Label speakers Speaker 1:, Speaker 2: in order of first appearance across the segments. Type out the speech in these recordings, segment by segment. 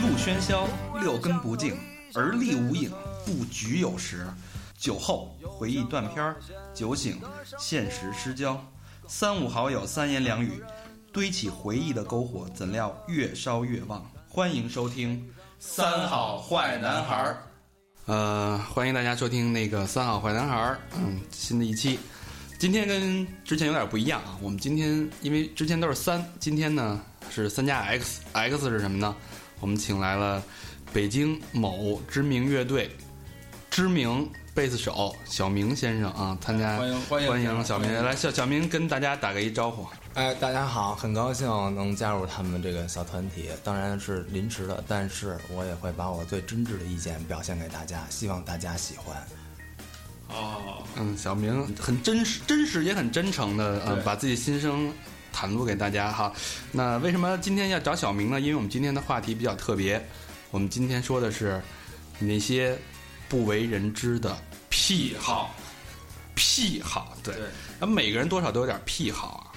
Speaker 1: 路喧嚣，六根不净，而立无影，不局有时。酒后回忆断片儿，酒醒现实失焦。三五好友三言两语，堆起回忆的篝火，怎料越烧越旺。欢迎收听《三好坏男孩儿》。
Speaker 2: 呃，欢迎大家收听那个《三好坏男孩》儿》，嗯，新的一期。今天跟之前有点不一样啊，我们今天因为之前都是三，今天呢是三加 X，X 是什么呢？我们请来了北京某知名乐队知名贝斯手小明先生啊，参加
Speaker 3: 欢迎欢迎
Speaker 2: 欢迎小明来，小小明跟大家打个一招呼。
Speaker 4: 哎，大家好，很高兴能加入他们这个小团体，当然是临时的，但是我也会把我最真挚的意见表现给大家，希望大家喜欢。
Speaker 3: 哦，
Speaker 2: 嗯，小明很真实，真实也很真诚的，呃，
Speaker 3: 对
Speaker 2: 把自己心声袒露给大家哈。那为什么今天要找小明呢？因为我们今天的话题比较特别，我们今天说的是你那些不为人知的癖好，癖好，对。
Speaker 3: 对，
Speaker 2: 那每个人多少都有点癖好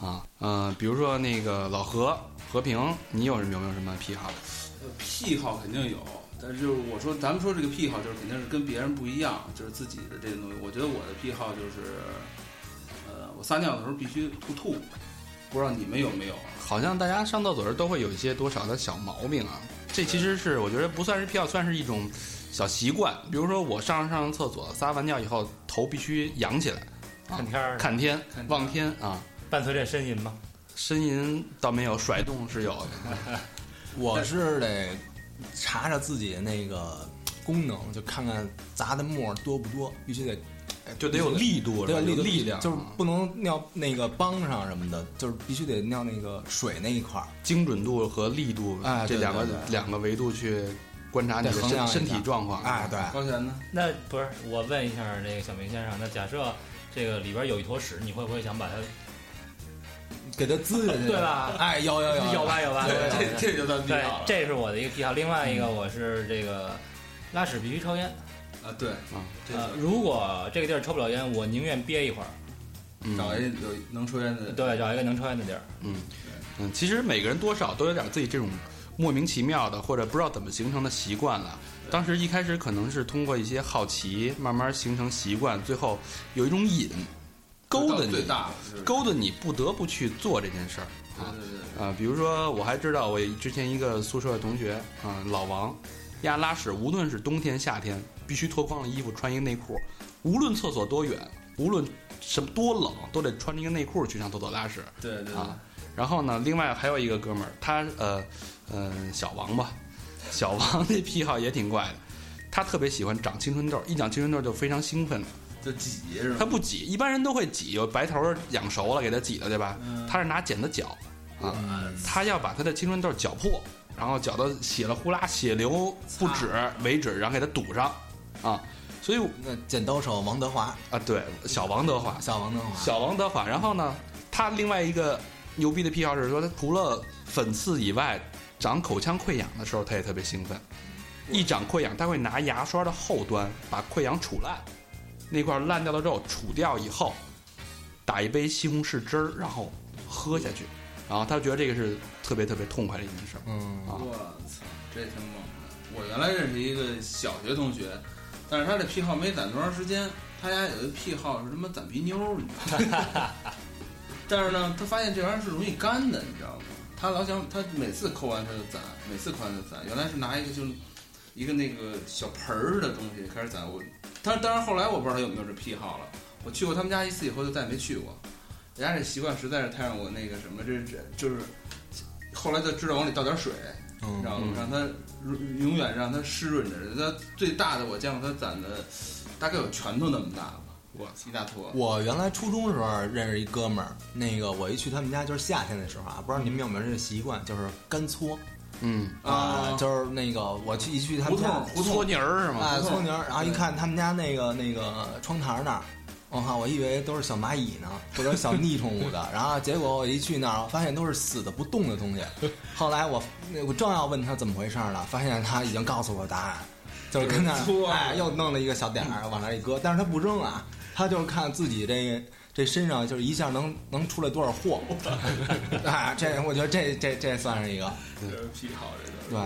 Speaker 2: 啊，啊，呃，比如说那个老何和平，你有什么有没有什么癖好？啊
Speaker 3: 呃癖好肯定有，但是就是我说咱们说这个癖好，就是肯定是跟别人不一样，就是自己的这个东西。我觉得我的癖好就是，呃，我撒尿的时候必须吐吐，不知道你们有没有？啊
Speaker 2: 好像大家上厕所时都会有一些多少的小毛病啊。这其实是我觉得不算是癖好，算是一种小习惯。比如说我上上厕所撒完尿以后，头必须仰起来，
Speaker 5: 看天儿，
Speaker 2: 看天
Speaker 3: 嗯看天
Speaker 2: 望天啊。
Speaker 5: 伴随着呻吟吗？
Speaker 2: 呻吟倒没有，甩动是有的。
Speaker 4: 我是得查查自己的那个功能，就看看砸的沫儿多不多，必须得
Speaker 2: 就得有力度，
Speaker 4: 得有
Speaker 2: 力
Speaker 4: 力
Speaker 2: 力量，啊
Speaker 4: 就是不能尿那个帮上什么的，就是必须得尿那个水那一块儿。
Speaker 2: 精准度和力度
Speaker 4: 哎
Speaker 2: 这
Speaker 4: 对
Speaker 2: 两个
Speaker 4: 对对
Speaker 2: 两个维度去观察你的
Speaker 4: 得衡量
Speaker 2: 身
Speaker 4: 一下
Speaker 2: 身体状况。
Speaker 4: 哎，对，
Speaker 3: 高璇呢？
Speaker 5: 那不是，我问一下那个小明先生，那假设这个里边有一坨屎，你会不会想把它？
Speaker 4: 给它滋下去，
Speaker 5: 对吧
Speaker 4: 哎，有有有
Speaker 5: 有吧有吧
Speaker 4: 对
Speaker 5: 有吧
Speaker 4: 对
Speaker 3: 这
Speaker 4: 对
Speaker 3: 这就算癖
Speaker 5: 对
Speaker 3: 好，了
Speaker 5: 这是我的一个癖好。另外一个，我是这个拉屎必须抽烟。
Speaker 3: 啊！对，这
Speaker 5: 呃，如果这个地儿抽不了烟，我宁愿憋一会儿。
Speaker 2: 嗯
Speaker 3: 找一有能抽烟的，
Speaker 5: 对，找一个能抽烟的地儿。
Speaker 2: 嗯，嗯，其实每个人多少都有点自己这种莫名其妙的或者不知道怎么形成的习惯了。当时一开始可能是通过一些好奇，慢慢形成习惯，最后有一种瘾勾搭
Speaker 3: 到最
Speaker 2: 你，
Speaker 3: 大了，就是
Speaker 2: 勾搭你不得不去做这件事儿
Speaker 3: 对
Speaker 2: 啊
Speaker 3: 对对。
Speaker 2: 啊！比如说，我还知道我之前一个宿舍同学啊、老王，压拉屎，无论是冬天夏天，必须脱光了衣服穿一个内裤，无论厕所多远，无论什么多冷，都得穿着一个内裤去上厕所拉屎。
Speaker 3: 对对对
Speaker 2: 啊。然后呢，另外还有一个哥们儿，他呃呃小王吧，小王 这癖好也挺怪的，他特别喜欢长青春痘，一长青春痘就非常兴奋，
Speaker 3: 就挤是
Speaker 2: 他
Speaker 3: 吧？
Speaker 2: 不挤，一般人都会挤，有白头儿养熟了给他挤了，对吧？
Speaker 3: 嗯
Speaker 2: 他是拿剪子绞啊，他要把他的青春痘绞破，然后绞到血了呼啦血流不止为止，然后给他堵上啊，所以
Speaker 4: 那剪刀手王德华，
Speaker 2: 啊对小王德华，
Speaker 4: 小王德华，
Speaker 2: 小王德华。然后呢，他另外一个牛逼的癖好是说，他除了粉刺以外，长口腔溃疡的时候，他也特别兴奋。一长溃疡，他会拿牙刷的后端把溃疡杵烂，那块烂掉的肉杵掉以后，打一杯西红柿汁儿，然后喝下去。然后他觉得这个是特别特别痛快的一件事儿。
Speaker 4: 嗯
Speaker 2: 啊
Speaker 3: 我操，这挺猛的！我原来认识一个小学同学，但是他这癖好没攒多长时间。他家有一癖好是他妈攒皮妞儿，你知道吗？但是呢，他发现这玩意儿是容易干的，你知道吗？他老想，他每次抠完他就攒，每次抠完就攒。原来是拿一个就是一个那个小盆儿的东西开始攒。我，但当然后来我不知道他有没有这癖好了。我去过他们家一次以后就再也没去过。人家这习惯实在是太让我那个什么，这这就是后来就知道往里倒点水，你知
Speaker 4: 嗯，
Speaker 3: 道吗
Speaker 2: 嗯？
Speaker 3: 让它永远让它湿润着。它最大的我见过它攒的，大概有拳头那么大吧，
Speaker 2: 我
Speaker 3: 一大坨。
Speaker 4: 我原来初中的时候认识一哥们儿，那个我一去他们家就是夏天的时候啊，不知道你们有没有这个习惯，就是干搓
Speaker 2: 嗯，
Speaker 3: 啊
Speaker 4: 就是那个我去一去他
Speaker 3: 胡
Speaker 4: 们家
Speaker 3: 同胡
Speaker 2: 搓
Speaker 3: 同
Speaker 2: 泥儿是吗？
Speaker 4: 啊
Speaker 3: 胡同
Speaker 4: 搓泥儿，然后一
Speaker 3: 对
Speaker 4: 看他们家那个那个窗台那儿，我靠，我以为都是小蚂蚁呢，或者小腻虫物的，然后结果我一去那儿，发现都是死的不动的东西。后来我那我正要问他怎么回事儿呢，发现他已经告诉我答案，就是跟那
Speaker 3: 就是搓
Speaker 4: 儿哎又弄了一个小点儿往那儿一搁，但是他不扔啊，他就是看自己这个。这身上就是一下能能出来多少 哎货，啊，这我觉得这这这算是一个
Speaker 3: 这是癖好，这
Speaker 4: 对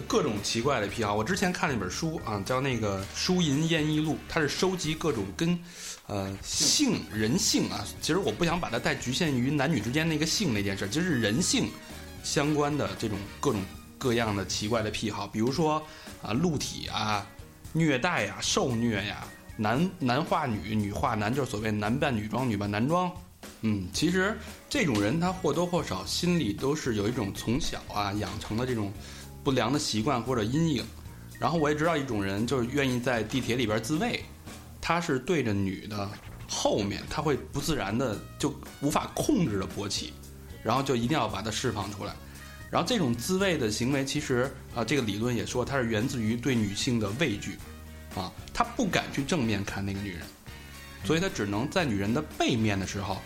Speaker 3: 个。
Speaker 2: 各种奇怪的癖好。我之前看了一本书啊，叫那个《书淫艳逸录》，它是收集各种跟呃性人性啊，其实我不想把它太局限于男女之间那个性那件事儿，就是人性相关的这种各种各样的奇怪的癖好，比如说啊露体啊、虐待呀、受虐呀、男男化女、女化男，就是所谓男扮女装、女扮男装。嗯，其实这种人他或多或少心里都是有一种从小啊养成的这种不良的习惯或者阴影。然后我也知道一种人，就是愿意在地铁里边自慰，他是对着女的后面，他会不自然的就无法控制的勃起，然后就一定要把它释放出来。然后这种自慰的行为，其实啊、这个理论也说它是源自于对女性的畏惧，啊，他不敢去正面看那个女人，所以他只能在女人的背面的时候，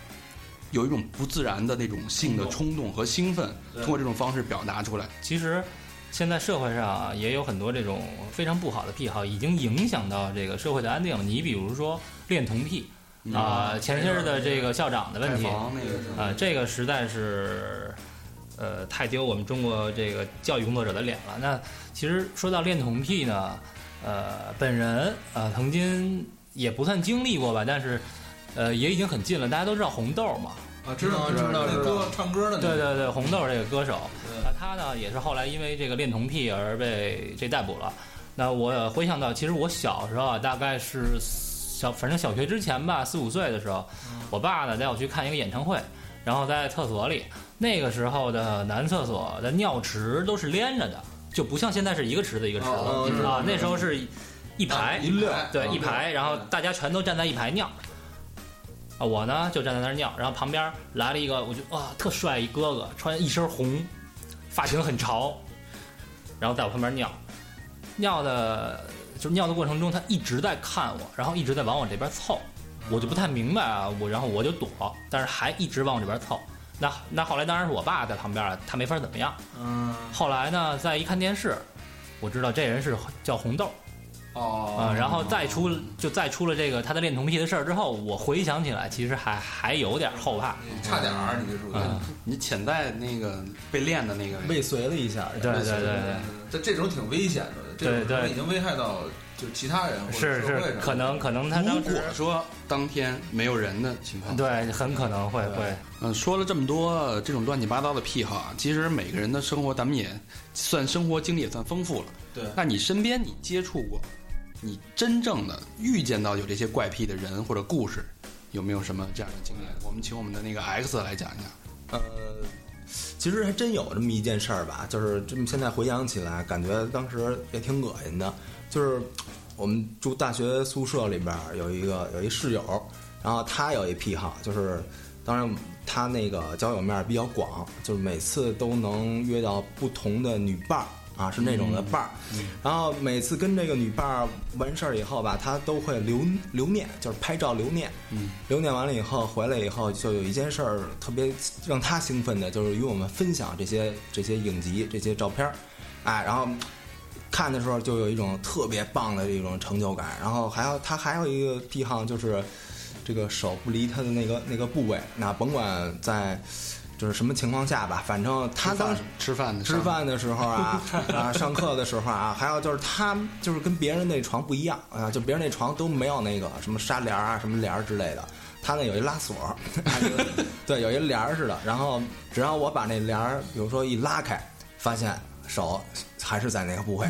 Speaker 2: 有一种不自然的那种性的冲动和兴奋，
Speaker 5: 对
Speaker 2: 通过这种方式表达出来。
Speaker 5: 其实现在社会上啊，也有很多这种非常不好的癖好，已经影响到这个社会的安定了。你比如说恋童癖啊、前些日的这个校长的问
Speaker 2: 开
Speaker 5: 题啊、
Speaker 2: 房那个是
Speaker 5: 这个实在是。呃，太丢我们中国这个教育工作者的脸了。那其实说到恋童癖呢，呃，本人呃曾经也不算经历过吧，但是呃也已经很近了。大家都知道红豆嘛，
Speaker 3: 啊，知道
Speaker 4: 知道知道
Speaker 3: 那歌唱歌的那
Speaker 5: 对
Speaker 3: 个，
Speaker 5: 对对，红豆这个歌手，
Speaker 3: 对
Speaker 5: 那他呢也是后来因为这个恋童癖而被这逮捕了。那我回想到，其实我小时候啊，大概是小，反正小学之前吧，四五岁的时候，
Speaker 3: 嗯
Speaker 5: 我爸呢带我去看一个演唱会，然后在厕所里，那个时候的男厕所的尿池都是连着的，就不像现在是一个池子一个池子、
Speaker 3: 哦
Speaker 4: 哦知道
Speaker 5: 啊，那时候是一排
Speaker 3: 一溜，
Speaker 5: 对，
Speaker 3: 嗯
Speaker 5: 一排，然后大家全都站在一排尿。啊，我呢就站在那儿尿，然后旁边来了一个，我就哇特帅一哥哥，穿一身红，发型很潮，然后在我旁边尿，尿的就是尿的过程中，他一直在看我，然后一直在往我这边凑，我就不太明白啊，我然后我就躲，但是还一直往我这边凑。那那后来当然是我爸在旁边了，他没法怎么样。
Speaker 3: 嗯，
Speaker 5: 后来呢，再一看电视，我知道这人是叫红豆。
Speaker 3: 哦
Speaker 5: 啊，，然后再出就再出了这个他的恋童癖的事儿之后，我回想起来，其实还还有点后怕。
Speaker 3: 你差点儿，你这属于。
Speaker 5: 啊，
Speaker 2: 你潜在那个被练的那个人
Speaker 4: 未遂了一下，
Speaker 5: 对对对对，
Speaker 3: 这这种挺危险的，这种
Speaker 5: 对对
Speaker 3: 可能已经危害到就其他人或者
Speaker 5: 是
Speaker 3: 社会
Speaker 5: 是，
Speaker 3: 上
Speaker 5: 可能可能他
Speaker 2: 如
Speaker 5: 当时
Speaker 2: 果说当天没有人的情况，
Speaker 5: 对，很可能会会
Speaker 2: 嗯，说了这么多呃这种乱七八糟的癖好啊，其实每个人的生活，咱们也算生活经历也算丰富了。
Speaker 3: 对
Speaker 2: 那你身边你接触过，你真正的遇见到有这些怪癖的人或者故事，有没有什么这样的经验？我们请我们的那个 X 来讲一讲。
Speaker 4: 呃，其实还真有这么一件事儿吧，就是这么现在回想起来，感觉当时也挺恶心的。就是我们住大学宿舍里边儿有一个有一室友，然后他有一癖好，就是当然他那个交友面儿比较广，就是每次都能约到不同的女伴儿。啊，是那种的伴儿，然后每次跟这个女伴儿完事儿以后吧，他都会留留念，就是拍照留念，留念完了以后回来以后，就有一件事儿特别让他兴奋的，就是与我们分享这些这些影集、这些照片儿，哎，然后看的时候就有一种特别棒的一种成就感。然后还有他还有一个癖好就是，这个手不离他的那个那个部位，那甭管在就是什么情况下吧，反正他当时
Speaker 2: 吃饭的时
Speaker 4: 吃
Speaker 2: 候，
Speaker 4: 饭的时 候啊啊，上课的时候啊，还有就是他就是跟别人那床不一样啊，就别人那床都没有那个什么纱帘儿啊、什么帘儿之类的，他那有一拉锁儿， 对，有一帘儿似的。然后只要我把那帘儿，比如说一拉开，发现手还是在那个 部位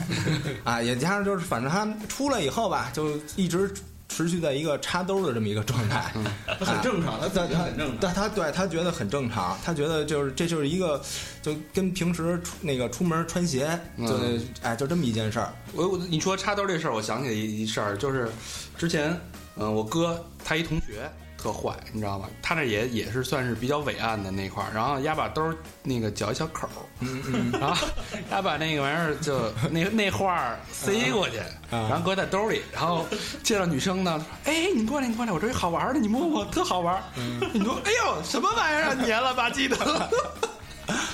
Speaker 4: 啊，也加上就是反正他出来以后吧，就一直持续在一个插兜儿的这么一个状态，
Speaker 2: 嗯
Speaker 3: 他
Speaker 2: 啊
Speaker 3: 很正常，他
Speaker 4: 他
Speaker 3: 自己
Speaker 4: 他
Speaker 3: 很正常。
Speaker 4: 但他对他觉得很正常，他觉得就是这就是一个，就跟平时出那个出门穿鞋，
Speaker 2: 嗯
Speaker 4: 就、哎就这么一件事儿。
Speaker 2: 我我你说插兜这事儿，我想起一一事儿，就是之前，嗯、我哥他一同学特坏，你知道吧？他那也也是算是比较伟岸的那块儿，然后丫把兜儿那个绞一小口儿，
Speaker 4: 嗯嗯
Speaker 2: 然 后他把那个玩意儿就那那画儿塞过去，
Speaker 4: 嗯
Speaker 2: 然后搁在兜里，然后见到女生呢，说：“哎，你过来，你过来，我这有好玩的，你摸摸，特好玩。” 你说：“哎呦，什么玩意儿啊，黏了吧唧 的。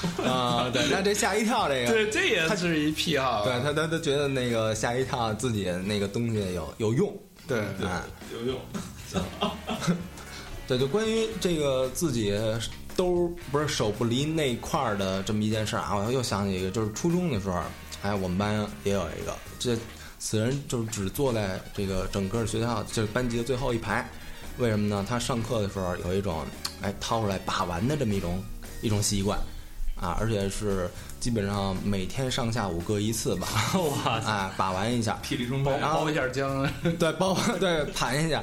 Speaker 4: 啊、对，那这吓一跳这”个。
Speaker 2: 对，这也是一癖好。
Speaker 4: 对他，他他觉得那个吓一跳，自己那个东西有有用，啊
Speaker 2: 对
Speaker 4: 对，
Speaker 3: 有用，
Speaker 4: 对，就关于这个自己兜儿不是手不离那块儿的这么一件事儿啊，我又想起一个，就是初中的时候，哎，我们班也有一个，这此人就是只坐在这个整个学校就是班级的最后一排，为什么呢？他上课的时候有一种哎掏出来把玩的这么一种一种习惯，啊，而且是基本上每天上下午各一次吧，
Speaker 5: 哇塞，
Speaker 4: 哎，把玩一下，
Speaker 3: 霹雳中队，
Speaker 4: 然后
Speaker 2: 包一下浆，
Speaker 4: 对，包括对盘一下。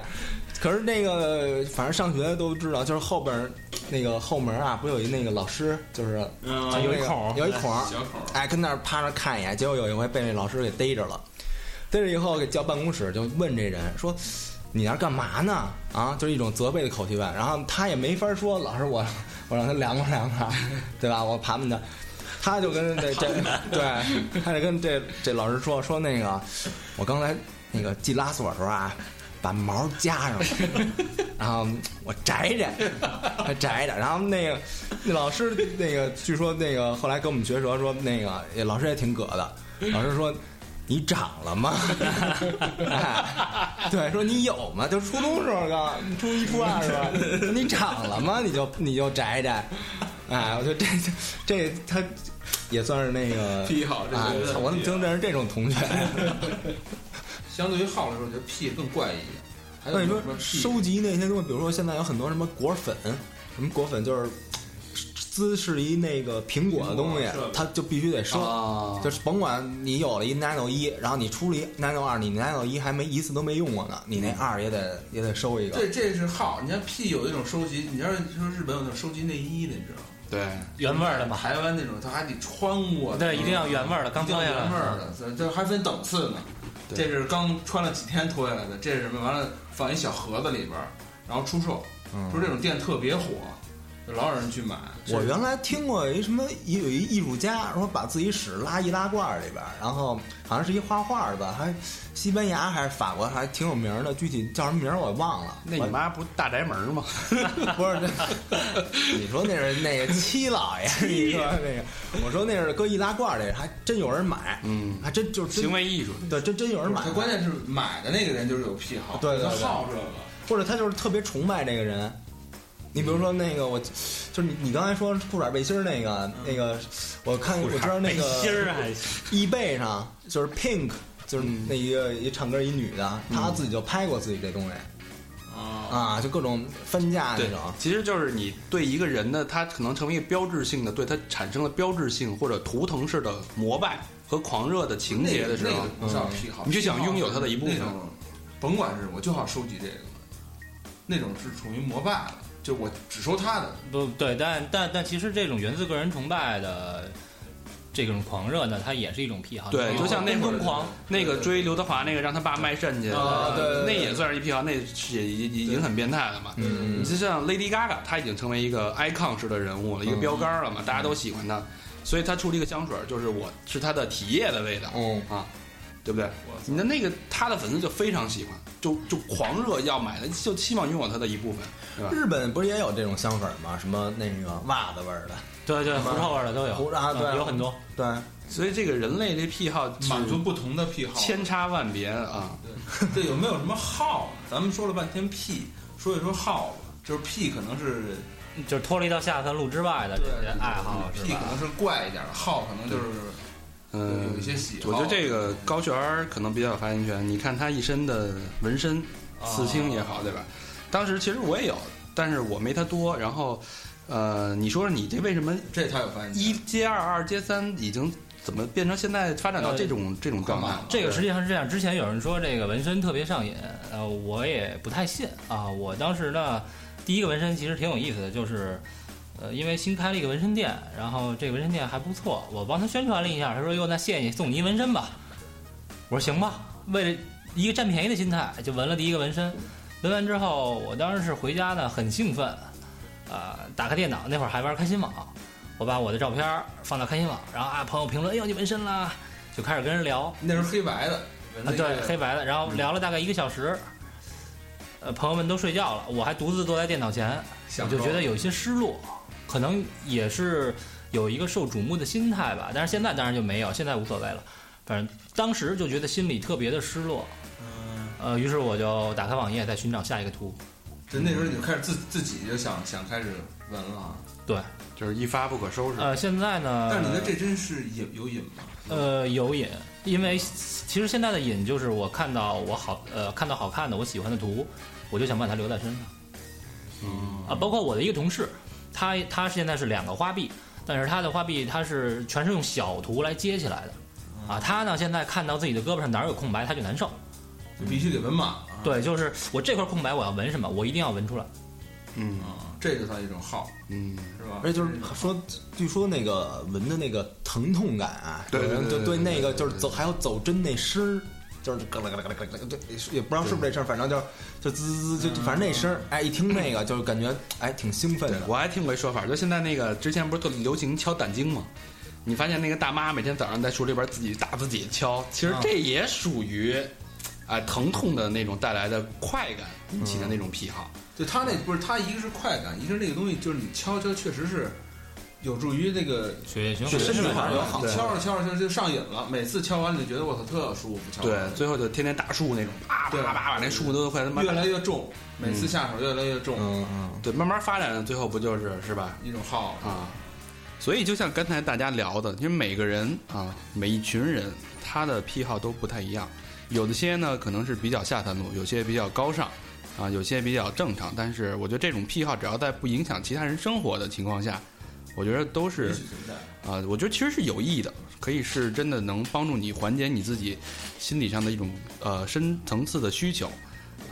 Speaker 4: 可是那个，反正上学都知道，就是后边儿那个后门啊，不是有一那个老师，就是
Speaker 3: 嗯
Speaker 5: 啊，有一
Speaker 4: 那个
Speaker 5: 孔儿
Speaker 4: 有一孔儿，
Speaker 3: 小口儿，
Speaker 4: 哎，跟那儿趴着看一眼。结果有一回被那老师给逮着了，逮着以后给叫办公室，就问这人说：“你那儿干嘛呢？”啊，就是一种责备的口气问。然后他也没法说，老师我我让他凉快凉快，对吧？我盘盘他。他就跟这这对，他就跟这这老师说说那个，我刚才那个系拉锁的时候啊，把毛夹 上了，然后我摘摘，还摘着，然后那个那老师那个据说那个后来跟我们学舌说那个也老师也挺葛 的，老师说。你长了吗？ 哎，对，说你有吗？就初中时候刚，初一初二是吧？说你长了吗？你就你就摘摘，哎，我觉得 这这这他也算是那个
Speaker 3: 癖好，这
Speaker 4: 啊
Speaker 3: 个有，点
Speaker 4: 操我怎么
Speaker 3: 癖好
Speaker 4: 经认识这种同学？
Speaker 3: 相对于好的时候，我觉得癖更怪异一点。还有
Speaker 4: 那你哎说
Speaker 3: 没有什么癖
Speaker 4: 收集那些东西，比如说现在有很多什么果粉，什么果粉就是滋是一那个苹果的东西
Speaker 3: 苹果设备，
Speaker 4: 它就必须得收，
Speaker 2: 啊
Speaker 4: 就是甭管你有了一 Nano 一，然后你出了一 Nano 二，你 Nano 一还没一次都没用过呢，你那二也得也得收一个。
Speaker 3: 这这是好，你看癖有一种收集，你知道说日本有那种收集内衣的，你知道吗？
Speaker 2: 对，
Speaker 5: 原味儿的嘛，
Speaker 3: 台湾那种他还得穿过，
Speaker 5: 对，一定要原味儿的，刚
Speaker 3: 一定要
Speaker 5: 脱下
Speaker 3: 原味
Speaker 5: 来。
Speaker 3: 儿的，这这还分等次呢。
Speaker 2: 对
Speaker 3: 这是刚穿了几天脱下来的，这是什么？完了放一小盒子里边儿，然后出售。
Speaker 4: 嗯
Speaker 3: 说这种店特别火，就老有人去买。
Speaker 4: 我原来听过一什么有一艺术家说把自己屎拉易拉罐里边儿，然后好像是一画画的吧，还西班牙还是法国还挺有名儿的，具体叫什么名儿我忘了。
Speaker 2: 那你妈不大宅门吗？
Speaker 4: 不是，这你说那是那个七老爷，你说那个，我说那是搁易拉罐里，还真有人买，
Speaker 2: 嗯，
Speaker 4: 还真就是
Speaker 2: 行为艺术，
Speaker 4: 对，真真有人买
Speaker 3: 他。关键是买的那个人就是有癖好，
Speaker 4: 对对对
Speaker 3: 他好这个。
Speaker 4: 或者他就是特别崇拜这个人。你比如说那个，我就是你，你刚才说裤衩背心儿那个，那个，我看我知道那
Speaker 5: 背心
Speaker 4: 个
Speaker 2: 啊
Speaker 5: 儿还
Speaker 4: 易贝上就是 Pink，就是那一个一唱歌一女的，她自己就拍过自己这东西
Speaker 3: 啊，
Speaker 4: 啊，就各种翻架那
Speaker 2: 对
Speaker 4: 种，，
Speaker 2: 其实就是你对一个人呢，他可能成为一个标志性的，对他产生了标志性或者图腾式的膜拜和狂热的情节的时候，
Speaker 3: 那个不叫癖好，
Speaker 2: 嗯你就想拥有它的一部分
Speaker 3: 那种甭管是我就好收集这个，那种是属于膜拜的，就我只收他的。
Speaker 5: 不对，但但但其实这种源自个人崇拜的这种狂热呢，它也是一种癖好。
Speaker 2: 对
Speaker 4: 啊
Speaker 2: 就像那会儿
Speaker 5: 跟踪狂，
Speaker 2: 那个追刘德华那个让他爸卖肾去，
Speaker 4: 啊对对对
Speaker 2: 那也算是一批啊，那是也也已经很变态了嘛。
Speaker 4: 嗯
Speaker 2: 你，就像 Lady Gaga，她已经成为一个 icon 式的人物了，一个标杆
Speaker 4: 嗯
Speaker 2: 了嘛，大家都喜欢她，所以她出了一个香水，就是我是她的体液的味道，
Speaker 4: 嗯，
Speaker 2: 对不对？
Speaker 3: 我操
Speaker 2: 你的那个她的粉丝就非常喜欢，就就狂热要买的，就希望拥有她的一部分。
Speaker 4: 日本不是也有这种香水儿吗？什么那个袜子味儿的，
Speaker 5: 对对，狐臭味儿的都有
Speaker 4: 狐啊
Speaker 5: 嗯
Speaker 4: 对
Speaker 5: 有很多。
Speaker 4: 对，
Speaker 2: 所以这个人类这癖好是
Speaker 3: 满足不同的癖好，
Speaker 2: 千差万别啊。
Speaker 3: 对，有没有什么好？咱们说了半天屁，说一说好吧，就是屁可能是
Speaker 5: 就是脱离到下三路之外的这些爱
Speaker 2: 哦
Speaker 5: 好是
Speaker 3: 屁可
Speaker 5: 吧？
Speaker 3: 能是怪一点的，好可能就是
Speaker 2: 嗯，
Speaker 3: 有一些喜好。
Speaker 2: 我觉得这个高璇儿可能比较有发言权。你看他一身的纹身、
Speaker 5: 啊
Speaker 2: 刺青也好，对吧？当时其实我也有，但是我没他多。然后，呃，你说说你这为什么
Speaker 3: 这他有发言权，
Speaker 2: 一接二，二接三，已经怎么变成现在发展到这
Speaker 3: 呃
Speaker 2: 种这种状态？
Speaker 5: 这个实际上是这样，之前有人说这个纹身特别上瘾，呃，我也不太信啊。我当时呢，第一个纹身其实挺有意思的，就是，呃，因为新开了一个纹身店，然后这个纹身店还不错，我帮他宣传了一下，他说：“哟，那谢谢你，送你一纹身吧。”我说：“行吧。”为了一个占便宜的心态，就纹了第一个纹身。纹完之后，我当时是回家呢，很兴奋，啊、打开电脑那会儿还玩开心网，我把我的照片儿放到开心网，然后啊，朋友评论：“哎呦，你纹身啦！”就开始跟人聊，
Speaker 3: 那是黑白的，纹
Speaker 5: 啊，
Speaker 3: 了一个嗯
Speaker 5: 对，黑白的，然后聊了大概一个小时，呃，朋友们都睡觉了，我还独自坐在电脑前，我
Speaker 3: 享受
Speaker 5: 就觉得有一些失落，可能也是有一个受瞩目的心态吧，但是现在当然就没有，现在无所谓了，反正当时就觉得心里特别的失落，
Speaker 3: 嗯
Speaker 5: 呃，于是我就打开网页再寻找下一个图，
Speaker 3: 就那时候你就开始自自己就想想开始闻了啊。
Speaker 2: 就是一发不可收拾。
Speaker 5: 呃，现在呢，
Speaker 3: 但是你的这真是瘾有瘾吗？
Speaker 5: 呃，有瘾，因为其实现在的瘾就是我看到我好呃看到好看的我喜欢的图，我就想把它留在身上。嗯啊，包括我的一个同事，他他现在是两个花臂，但是他的花臂他是全是用小图来接起来的，啊，他呢现在看到自己的胳膊上哪儿有空白他就难受，
Speaker 3: 就必须得纹满了。啊
Speaker 5: 对，就是我这块空白我要纹什么，我一定要纹出来。
Speaker 2: 嗯
Speaker 3: 啊，这就算一种好，
Speaker 2: 嗯，
Speaker 3: 是吧？
Speaker 4: 而且哎就是说，据说那个闻的那个疼痛感啊，
Speaker 2: 对对对
Speaker 4: 就
Speaker 2: 对
Speaker 4: 对
Speaker 2: 对
Speaker 4: 那个
Speaker 2: 对
Speaker 4: 就是走还有走针那声儿，就是咯啦咯啦咯啦咯啦，对，也不知道是不是这声儿，反正就就滋滋滋，就反正那声儿，哎，一听那个就是感觉哎挺兴奋的，
Speaker 2: 我还听过一说法，就现在那个之前不是特流行敲胆经吗？你发现那个大妈每天早上在树里边自己打自己敲，其实这也属于，啊、疼痛的那种带来的快感引起的那种癖好。
Speaker 3: 就他那不是他一个是快感，一个是那个东西就是你敲敲确实是有助于那个
Speaker 5: 血液循环，
Speaker 4: 对身体
Speaker 3: 反
Speaker 4: 反
Speaker 3: 正
Speaker 4: 正
Speaker 3: 好
Speaker 4: 好
Speaker 2: 对
Speaker 3: 敲着敲着敲着就上瘾了，每次敲完你就觉得我操特舒服，敲
Speaker 2: 对
Speaker 3: 完，
Speaker 2: 最后就天天打树那种，啪啪
Speaker 3: 对
Speaker 2: 啪啪，把那树都快他妈
Speaker 3: 越来越重，每次下手越来越重，
Speaker 4: 嗯嗯，
Speaker 2: 对，慢慢发展，最后不就是是吧？
Speaker 3: 一种好。
Speaker 2: 啊，所以就像刚才大家聊的，其实每个人啊，每一群人，他的癖好都不太一样。有的些呢可能是比较下三路，有些比较高尚，啊，有些比较正常。但是我觉得这种癖好，只要在不影响其他人生活的情况下，我觉得都是
Speaker 3: 也许存在。
Speaker 2: 啊，我觉得其实是有益的，可以是真的能帮助你缓解你自己心理上的一种呃深层次的需求，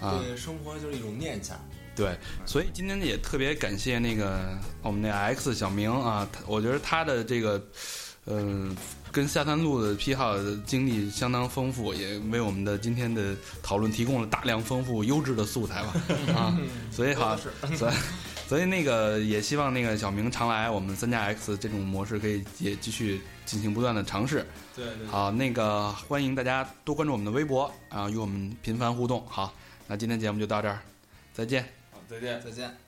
Speaker 2: 啊，
Speaker 4: 对生活就是一种念想，
Speaker 2: 对，所以今天也特别感谢那个我们那 X 小明啊，他我觉得他的这个，呃，跟下三路的癖好的经历相当丰富，也为我们的今天的讨论提供了大量丰富优质的素材吧啊，所以好，所以所以那个也希望那个小明常来，我们三加 X 这种模式可以也继续进行不断的尝试。
Speaker 3: 对对，
Speaker 2: 好，那个欢迎大家多关注我们的微博啊，与我们频繁互动。好，那今天节目就到这儿，再见。
Speaker 3: 好，再见。
Speaker 4: 再见。